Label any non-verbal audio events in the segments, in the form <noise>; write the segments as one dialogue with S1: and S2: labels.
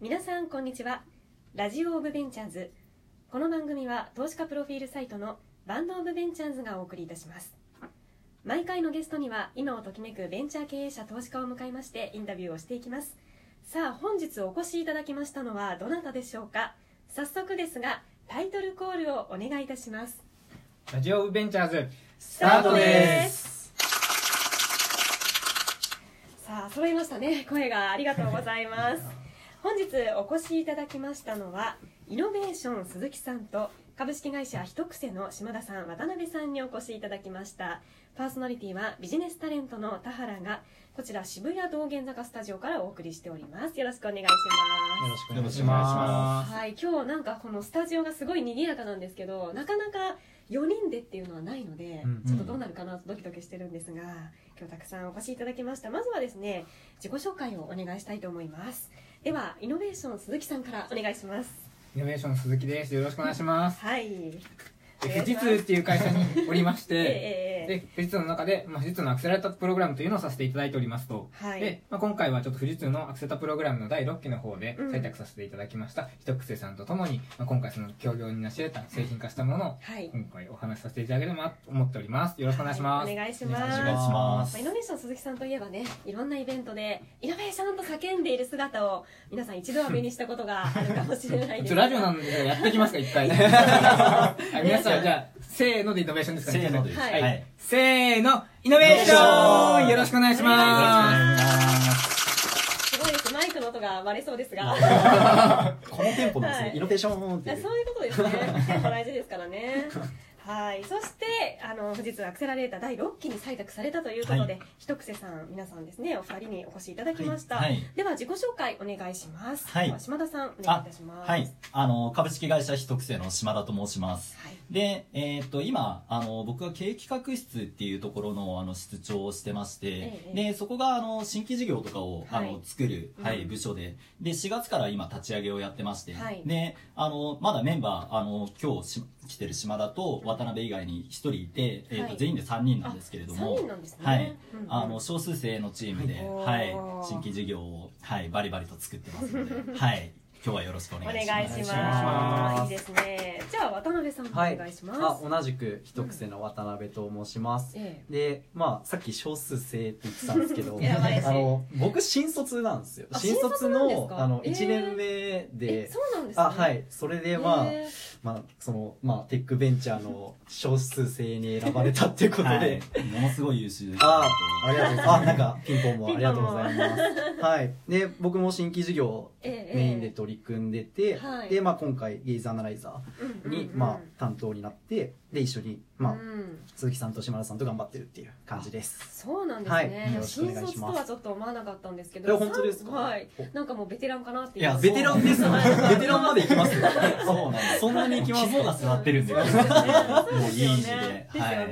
S1: 皆さんこんにちはラジオオブベンチャーズこの番組は投資家プロフィールサイトのバンドオブベンチャーズがお送りいたします毎回のゲストには今をときめくベンチャー経営者投資家を迎えましてインタビューをしていきますさあ本日お越しいただきましたのはどなたでしょうか早速ですがタイトルコールをお願いいたします
S2: ラジオベンチャーズス
S1: タートですさあ揃いましたね声がありがとうございます本日お越しいただきましたのはイノベーション鈴木さんと株式会社ひとくせの島田さん渡辺さんにお越しいただきましたパーソナリティはビジネスタレントの田原がこちら渋谷道玄坂スタジオからお送りしておりますよろしくお願いします
S2: よろしくお願いします
S1: はい、今日なんかこのスタジオがすごい賑やかなんですけどなかなか4人でっていうのはないので、
S2: うん
S1: ちょっとどうなるかなとドキドキしてるんですが今日たくさんお越しいただきましたまずはですね自己紹介をお願いしたいと思いますではイノベーション鈴木さんからお願いします
S2: イノベーション鈴木ですよろしくお願いします
S1: はい
S2: で富士通っていう会社におりまし
S1: え
S2: て
S1: えええ
S2: で富士通の中で、まあ、富士通のアクセラレータープログラムというのをさせていただいておりますと、
S1: はい
S2: で、まあ、今回はちょっと富士通のアクセラレータープログラムの第6期の方で
S1: うん
S2: 採択させていただきました、ひとくせさんとともに、まあ、今回その協業になし得た製品化したものを
S1: はい
S2: 今回お話しさせていただければなと思っておりますよろしくお願いします、
S1: はいお願いします
S2: お
S1: 願いし
S2: ま
S1: まあイノベーション鈴木さんといえばねいろんなイベントでイノベーションと叫んでいる姿を皆さん一度は目にしたことがあるかもしれないで
S2: ち <laughs>
S1: す
S2: ょ
S1: が
S2: ラジオなんでやっていきますか <laughs> 一回はい皆さんじゃあせーのでイノベーションですか
S3: せ
S2: ね
S3: ーので、
S1: はい
S3: はい、
S2: せーのイノベーションよろしくお願いします
S1: すごいですマイクの音が割れそうですが
S3: このテンポなんですね、
S1: はい
S3: イノベーションってい
S1: あ
S3: う
S1: そういうことですね。テンポ大事ですからね。はい。そして、あの、富士通アクセラレーター第6期に採択されたということで、ひとくせさん、皆さんですね、お二人にお越しいただきました。
S3: はいはい
S1: では、自己紹介お願いします。
S3: はい
S1: で島田さん、お願いいたします。
S3: はいあの株式会社ひとくせの島田と申します
S1: はい。
S3: で、えーっと今あの僕は経営企画室っていうところのあの室長をしてまして、
S1: ええ
S3: でそこがあの新規事業とかを、
S1: はい
S3: あの作る、はい
S1: うん
S3: 部署でで4月から今立ち上げをやってまして、
S1: はい
S3: であのまだメンバーあの今日し来てる島田と渡辺以外に1人いて、えーっ
S1: はい
S3: と全員で3人なんですけれども、
S1: 3人なんですね。
S3: はい
S1: うんうん
S3: あの少数制のチームで、は
S1: はい
S3: い
S1: おー、
S3: 新規事業を、はい、バリバリと作ってますの
S1: <laughs>
S3: で、はい、今日はよろしくお
S1: お
S3: 願
S1: 願
S3: い
S1: い
S3: し
S1: し
S3: ます。
S1: ます。
S2: お願いします
S1: いいですね。じゃあ、渡辺さん、お
S4: はい
S1: 願いします。
S4: あ同じく一癖の渡辺と申します、
S1: え
S4: でまあさっき少数制って言ってたんです
S1: <laughs>
S4: けど
S1: 選ばれし
S4: あの僕新卒なんですよ
S1: あ
S4: 新卒
S1: 新卒なんで
S4: の
S1: すか
S4: あの
S1: えー
S4: 1年目
S1: ええ、
S4: で、
S1: そうなんですね。
S4: あはいそれ
S1: え
S4: で
S1: ー。
S4: まあ、まあそのまあテックベンチャーの少数制に選ばれたっていうことで、
S3: はい、ものすごい優秀です。
S4: ああありがとうございますあなんかピンポンもありがとうござい
S1: ピンポ
S4: ますはいで僕も新規事業
S1: ええええ
S4: メインで取り組んでて、
S1: はい
S4: でまあ今回ゲイズアナライザ
S1: うん
S4: ー
S1: うんう
S4: に、
S1: ん
S4: まあ担当になってで一緒にまあ、
S1: うん
S4: 鈴木さんと島田さんと頑張ってるっていう感じです。
S1: そうなんですね、
S4: はいよろしくお
S1: 新
S4: 願いし
S1: 卒
S4: ます
S1: とはちょっと思わなかったんですけ
S4: え
S1: ど
S4: 本当ですか
S1: はいなんかもうベテランかなっていう
S3: いや
S4: ベテランですね。ベテランまで行きますよ。
S3: そうなんです。そんなに行きます。肝が座ってるんで。
S1: そうですよね
S3: もういい意味
S1: で
S3: で
S1: すよね、、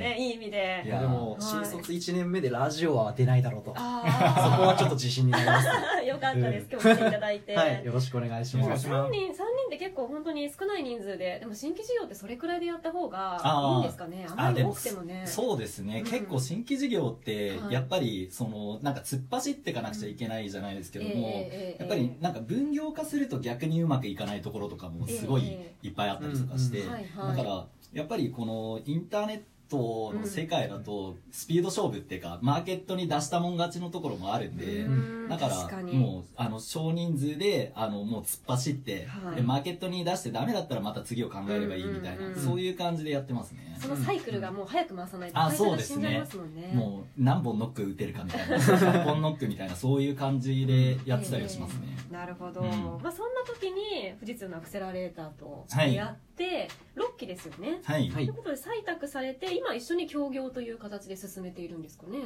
S3: はい
S1: い意味
S3: い
S1: で
S3: や
S4: でも
S1: はい
S4: 新卒1年目でラジオは出ないだろうと。そこ
S1: あ
S4: はちょっと自信になります。
S1: あよかったです今日来ていただいて、
S4: はい、よろしくお願いし
S2: お願
S4: ま
S2: いし
S4: す。
S2: ま
S1: 3人三人って結構本当に少ない人数ででも新規事業ってそれくらいでやった方がい
S3: あー
S1: いんですかねあんまり多くてもね
S3: そうですね、
S1: うん
S3: 結構新規事業って
S1: はい
S3: やっぱりそのなんか突っ走っていかなくちゃいけないじゃないですけども、
S1: ええええええ
S3: やっぱりなんか分業化すると逆にうまくいかないところとかもすごい
S1: え
S3: いっぱいあったりとかして、
S1: うんうんはいはい
S3: だからやっぱりこのインターネットの世界だとスピード勝負っていうかマーケットに出したもん勝ちのところもあるんで、
S1: うん
S3: だから
S1: 確かに
S3: もうあの少人数であのもう突っ走って、
S1: はい
S3: でマーケットに出してダメだったらまた次を考えればいいみた
S1: うん
S3: いな、
S1: うんうん
S3: そういう感じでやってますね。
S1: そのサイクルがもう早く回さないと
S3: あ
S1: 会社
S3: そう
S1: が
S3: で
S1: 死
S3: す
S1: ん
S3: ね
S1: じゃいますもんね
S3: もう何本ノック打てるかみたいな100本ノックみたいなそういう感じでやってたりはしますね、
S1: なるほど、
S3: うん
S1: まあ、そんな時に富士通のアクセラレーターと出会って、六6期ですよね
S3: はい
S4: は
S3: はいい、
S1: ということで採択されて今一緒に協業という形で進めているんですかね、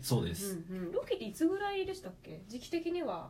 S3: そうです、
S1: うんうん、ロケっていつぐらいでしたっけ時期的には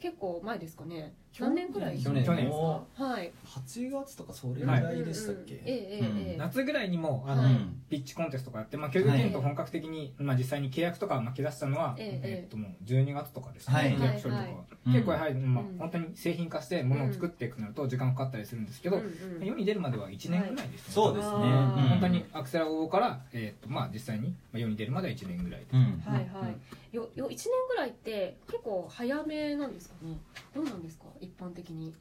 S1: 結構前ですかね
S3: 去
S1: 何
S3: 年
S1: 年くらい
S4: 去年
S2: 去年
S1: ですかはい
S3: 8月とかそれ
S2: ぐら
S1: うんうんええええええ
S2: 夏ぐらいにもあの、
S1: はい
S2: ピッチコンテストとかやって、まあ、協業検討本格的に、まあ、実際に契約とかを巻き出したのは、
S1: ええ
S2: えっともう12月とかですね、
S3: はい
S2: 契約書類とかは、
S3: うん
S2: 結構やはり、まあ
S1: うん
S2: 本当に製品化して物を作っていくとなると時間かかったりするんですけど、
S1: うんうん
S2: 世に出るまでは1年ぐらいですね、
S3: そうですね、
S1: あー
S3: うん
S2: 本当にアクセラ号から、えーとまあ、実際にまあ世に出るまでは1年ぐら
S3: <laughs>
S2: いで
S3: うん
S1: はいはい。よよ一年ぐらいって結構早めなんですかね。どうなんですか一般的に。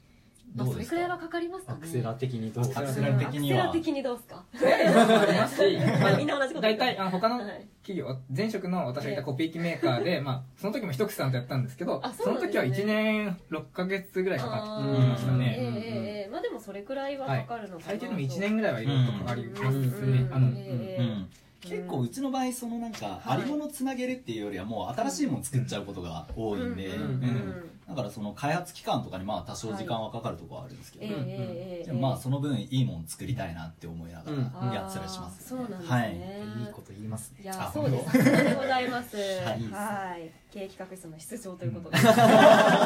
S1: まあ
S3: ど
S1: そ
S3: うで
S1: れ
S3: す
S1: くらいは
S3: か
S1: かかりますか
S4: ア
S1: ね。
S4: クセラ的にどう
S2: ア
S4: か
S2: ク
S1: うん。
S2: セラ
S3: 的には
S1: アクセラ的にどうですか。
S2: ありますし、まあ
S1: みんな同じこと言
S2: 大
S1: ってる
S2: 体あの他の
S1: はい
S2: 企業前職の私がいたコピー機メーカ
S1: <laughs>
S2: ーで、まあ、その時も一口さんとやったんですけど
S1: あそ
S2: そ
S1: うな
S2: の
S1: んですね
S2: 時は1年6か月ぐらいかか
S1: あ
S2: って
S1: ー
S2: いましたね
S1: ええ
S2: うんうん
S1: ええええまあでもそれくらいはかかるのかな。
S2: 最低でも1年ぐらいはいろいろとかかりますね
S1: うん
S2: あの
S1: うんええ
S3: うん結構うちの場合そのなんかあ
S1: はい
S3: りものつなげるっていうよりはもう新しいもの作っちゃうことが多いんで、
S1: うん
S2: うん
S3: うんだからその開発期間とかにまあ多少時間はかかるところはあるんですけど、
S1: ええええええ
S3: でもまあその分いいもの作りたいなって思いなが
S1: うん
S3: らやってたりします、
S1: あーそうなんですね
S3: はい
S4: いいこと言いますね
S1: いや
S3: あ
S1: そうです。さ
S3: 本
S1: すがでございます。はい
S3: いですね
S1: い。経営企画室の室長ということで。 <laughs> さ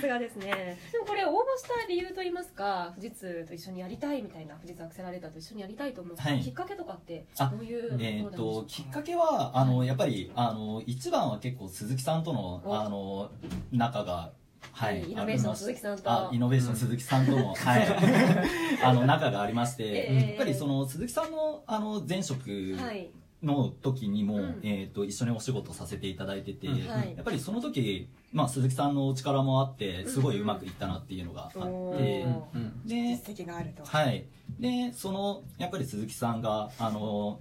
S1: すがですね。でもこれ応募した理由と言いますか、富士通と一緒にやりたいみたいな、富士通アクセラレーターと一緒にやりたいと思う、
S3: はい
S1: きっかけとかって
S3: あ
S1: どういう
S3: え
S1: ものな
S3: ー、
S1: ん
S3: と
S1: でし
S3: き
S1: ょう
S3: っかけはあのやっぱりあの一番は結構鈴木さんとの
S1: お
S3: あの仲が、は
S1: はい
S3: い、
S1: イノベーションの鈴木さんと
S3: あイノベーション鈴木さんと
S1: <laughs>
S3: の、はい、あの仲がありまして、
S1: ええ
S3: やっぱりその鈴木さんのあの前職
S1: はい。
S3: の時にも、
S1: うん
S3: えー、と一緒にお仕事させていただいてて、
S4: うん
S1: はい
S3: やっぱりその時、まあ、鈴木さんのお力もあってすごいうまくいったなっていうのがあって、
S1: お
S4: う
S1: ー
S4: んうん
S3: で
S1: 実績があると。
S3: はい。で、その、やっぱり鈴木さんが、あの、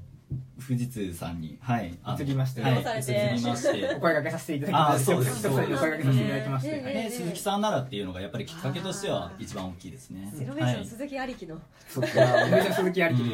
S3: 富士通さんに、はい。あの
S2: 移りまして
S3: は
S1: 移され
S3: い。
S1: て
S3: 移りまして
S2: <laughs> お。声掛けさせていただきまして
S3: あそうです
S2: 一つお声掛けさせていただきまし
S1: そうなんですねえ
S2: て
S1: え
S3: で、鈴木さんならっていうのが、やっぱりきっかけとしては一番大きいですね。
S1: イノベー
S3: は
S1: ション
S3: い。
S1: 鈴木ありきの。
S4: そっか
S2: イノベーション鈴木ありきで
S4: イ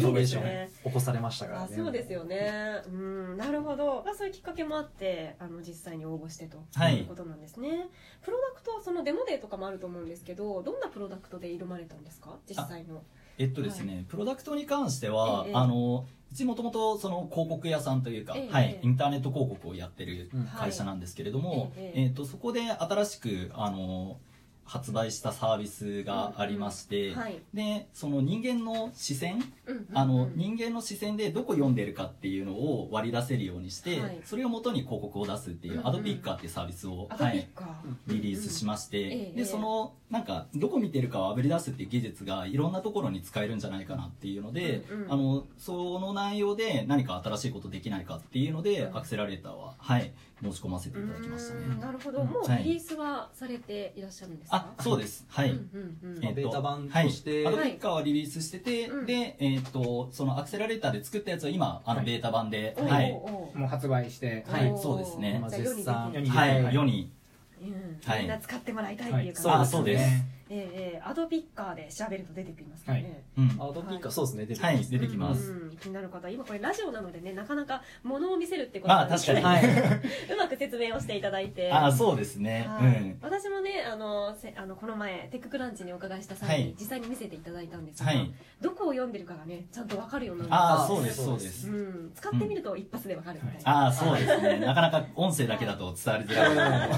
S4: ノベーショ
S1: いいで
S4: ン起こされましたからね
S1: あそうですよね。うん、なるほど。まあ、そういうきっかけもあって、あの実際に応募してと、
S3: はい
S1: いうことなんですね。プロダクト、そのデモデーとかもあると思うんですけど、どんなプロダクトで挑まれたんですか、実際の。
S3: えっとですね、プロダクトに関しては
S1: え、え
S3: あの、うちもともとその広告屋さんというか、
S1: ええ
S3: はい、インターネット広告をやってる
S4: うん
S3: 会社なんですけれども、
S1: ええ
S3: えっと、そこで新しく、あの、発売したサービスがありまして、
S1: はい。
S3: で、その人間の視線
S1: うんうんうん
S3: あの人間の視線でどこ読んでるかっていうのを割り出せるようにして、
S1: はい
S3: それを元に広告を出すっていう、
S1: うんうん
S3: アドピッカーっていうサービスを、
S1: アド
S3: は
S1: ピ
S3: い
S1: ッ、カー。
S3: リリースしまして、
S1: んええ
S3: でそのなんかどこ見てるかをあぶり出すっていう技術がいろんなところに使えるんじゃないかなっていうので、
S1: うんうん
S3: あのその内容で何か新しいことできないかっていうので、
S1: うん
S3: アクセラレーターは、はい、申し込ませていただきましたね。
S1: うんなるほど。
S4: うん
S1: もう
S3: はい
S1: リリースはされていらっしゃるんです
S3: あ
S1: か。
S3: そうです、はい、
S1: うんうんうん
S4: え
S3: っと
S4: ベータ版として
S3: はい、アドピッカーはリリースしてて、
S1: うん
S3: で、えっ、と、そのアクセラレーターで作ったやつは今、あ
S2: は
S3: の、
S2: い
S3: ベータ版で、
S1: おう
S3: はい、
S1: おうおう
S2: もう発売して
S3: はい
S1: お
S3: そうですね
S1: じゃあ世に出て
S4: まあ
S2: 絶賛
S3: はい、世に。
S1: うん
S3: はい
S1: みんな使ってもらいたいっていう
S3: は
S1: 感
S3: い
S1: じ
S3: あそうです
S2: ね
S1: ええええアドピッカーで調べると出てきますよ
S2: は
S1: ね。
S3: うん。
S4: アドピッ
S1: は
S4: カー
S1: い
S4: そうですね出て
S3: はい
S4: ます
S3: 出てきます
S1: うんうん気になる方、今これラジオなのでね、なかなか物を見せるってこと
S3: ま
S1: な
S3: あ、
S1: んです
S3: 確か
S1: けど
S3: に。
S4: <laughs>
S1: うまく説明をしていただいて。
S3: あ、そうですね。
S1: は
S3: う
S1: い
S3: ん。
S1: 私もねあのせあのこの前テッククランチにお伺いした際に、
S3: はい
S1: 実際に見せていただいたんですが、
S3: はい。
S1: どこを読んでるかがねちゃんと分かるようになっ
S3: あー、
S1: て
S3: そう
S1: ま
S3: です、そうです。
S1: うん、使ってみると一発で分かるみたいな、
S3: あー、そうですね。なかなか音声だけだと伝わりづらい。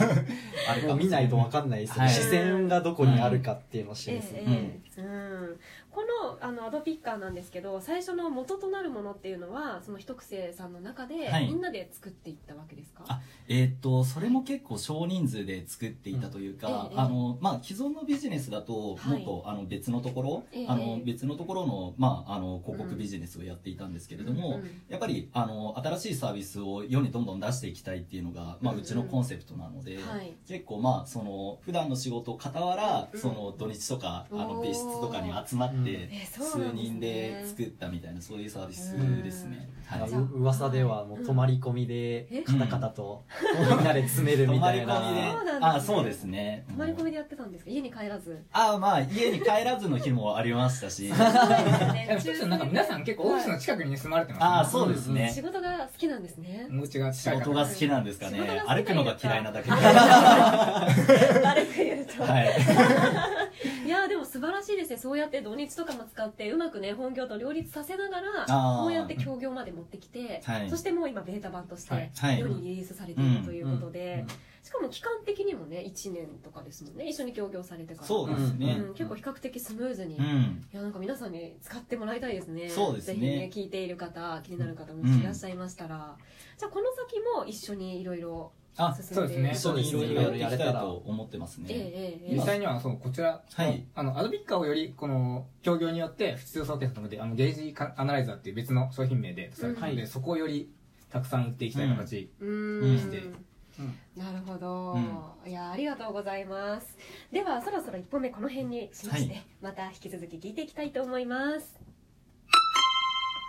S3: あれか
S4: もう見ないと分かんないですね
S3: はい
S4: 視線がどこにあるかっていうのを知
S1: え
S4: り
S1: え
S4: ですね
S1: ええうん、このあのアドピッカーなんですけど最初の元となるものっていうのはその一癖さんの中で、
S3: はい
S1: みんなで作っていったわけですか
S3: あえーっと、それも結構少人数で作っていたというか、
S1: うん
S3: あの、まあ、既存のビジネスだと、
S1: はい
S3: もっと、あの、別のところ、
S1: ええ
S3: あの、別のところの、まあ、あの、広告ビジネスをやっていたんですけれども、
S1: うんうん
S3: やっぱり、あの、新しいサービスを世にどんどん出していきたいっていうのが、まあ、
S1: うんう
S3: うんちのコンセプトなので、
S1: はい
S3: 結構、まあ、その、普段の仕事傍ら、
S1: うん
S3: その、土日とか、あ
S1: お
S3: の、
S1: ー
S3: 別室とかに集まっ
S4: うん
S3: て
S1: え、そうな
S3: 数
S1: んですね
S3: 人で作ったみたいな、そういうサービスですね。
S4: まあ
S3: は
S1: う
S3: い
S1: じゃあ
S4: う噂ではもう泊まり込みで
S1: うんえ
S4: カタカタとみんなで詰めるみたい
S3: 泊まり込
S1: そうなん
S3: みで
S4: な
S1: ですね
S3: あ、そうですね。
S1: 泊まり込みでやってたんですか家に帰らず
S3: ああまあ家に帰らずの日もありまし
S1: <laughs>
S3: たし
S2: でも一つなんか皆さん結構オフィスの近くに住まれてますね
S3: ああそうですね
S1: 仕事が好きなんですね
S2: お家が
S3: 仕
S2: 近いから
S3: 事が好きなんですか
S1: 仕事
S3: ね
S1: が好き
S3: 歩くのが嫌いなだけで
S1: <laughs> 悪く言うと、
S3: はい
S1: いやーでも素晴らしいですねそうやって土日とかも使ってうまくね本業と両立させながら
S3: あー
S1: こうやって協業まで持ってきて、
S3: はい
S1: そしてもう今ベータ版とし
S2: は
S1: て
S2: い
S3: はい
S1: 世にリリースされているということで、
S4: うん
S1: しかも期間的にもね1年とかですもんね一緒に協業されてから
S3: そうですね
S1: うん結構比較的スムーズに、
S3: う
S1: い
S3: ん
S1: やなんか皆さんに使ってもらいたいですね
S3: そうです
S1: ぜ
S3: ね
S1: ひね聞いている方気になる方もしいらっしゃいましたら、じゃあこの先も一緒にいろいろ
S3: あ
S1: 進
S2: そ
S1: ん
S2: う
S1: で
S2: ですね
S3: そうですね
S4: い
S3: いろ
S4: ろい
S3: い
S4: ろ
S3: ろ
S4: や
S3: やれ
S4: れた
S3: た
S4: ら
S3: らと思ってますね、
S1: えええええ
S2: 実際にはそうこちら、
S3: はい
S2: あのアドビッカーをよりこの協業によって普通総検査のであのゲージカアナライザーっていう別の商品名で出されてるので、
S4: うん
S2: そこをよりたくさん売っていきたい形、
S1: えうーん
S2: してうん
S1: なるほど、いやありがとうございますではそろそろ1本目この辺にしまして、また引き続き聞いていきたいと思います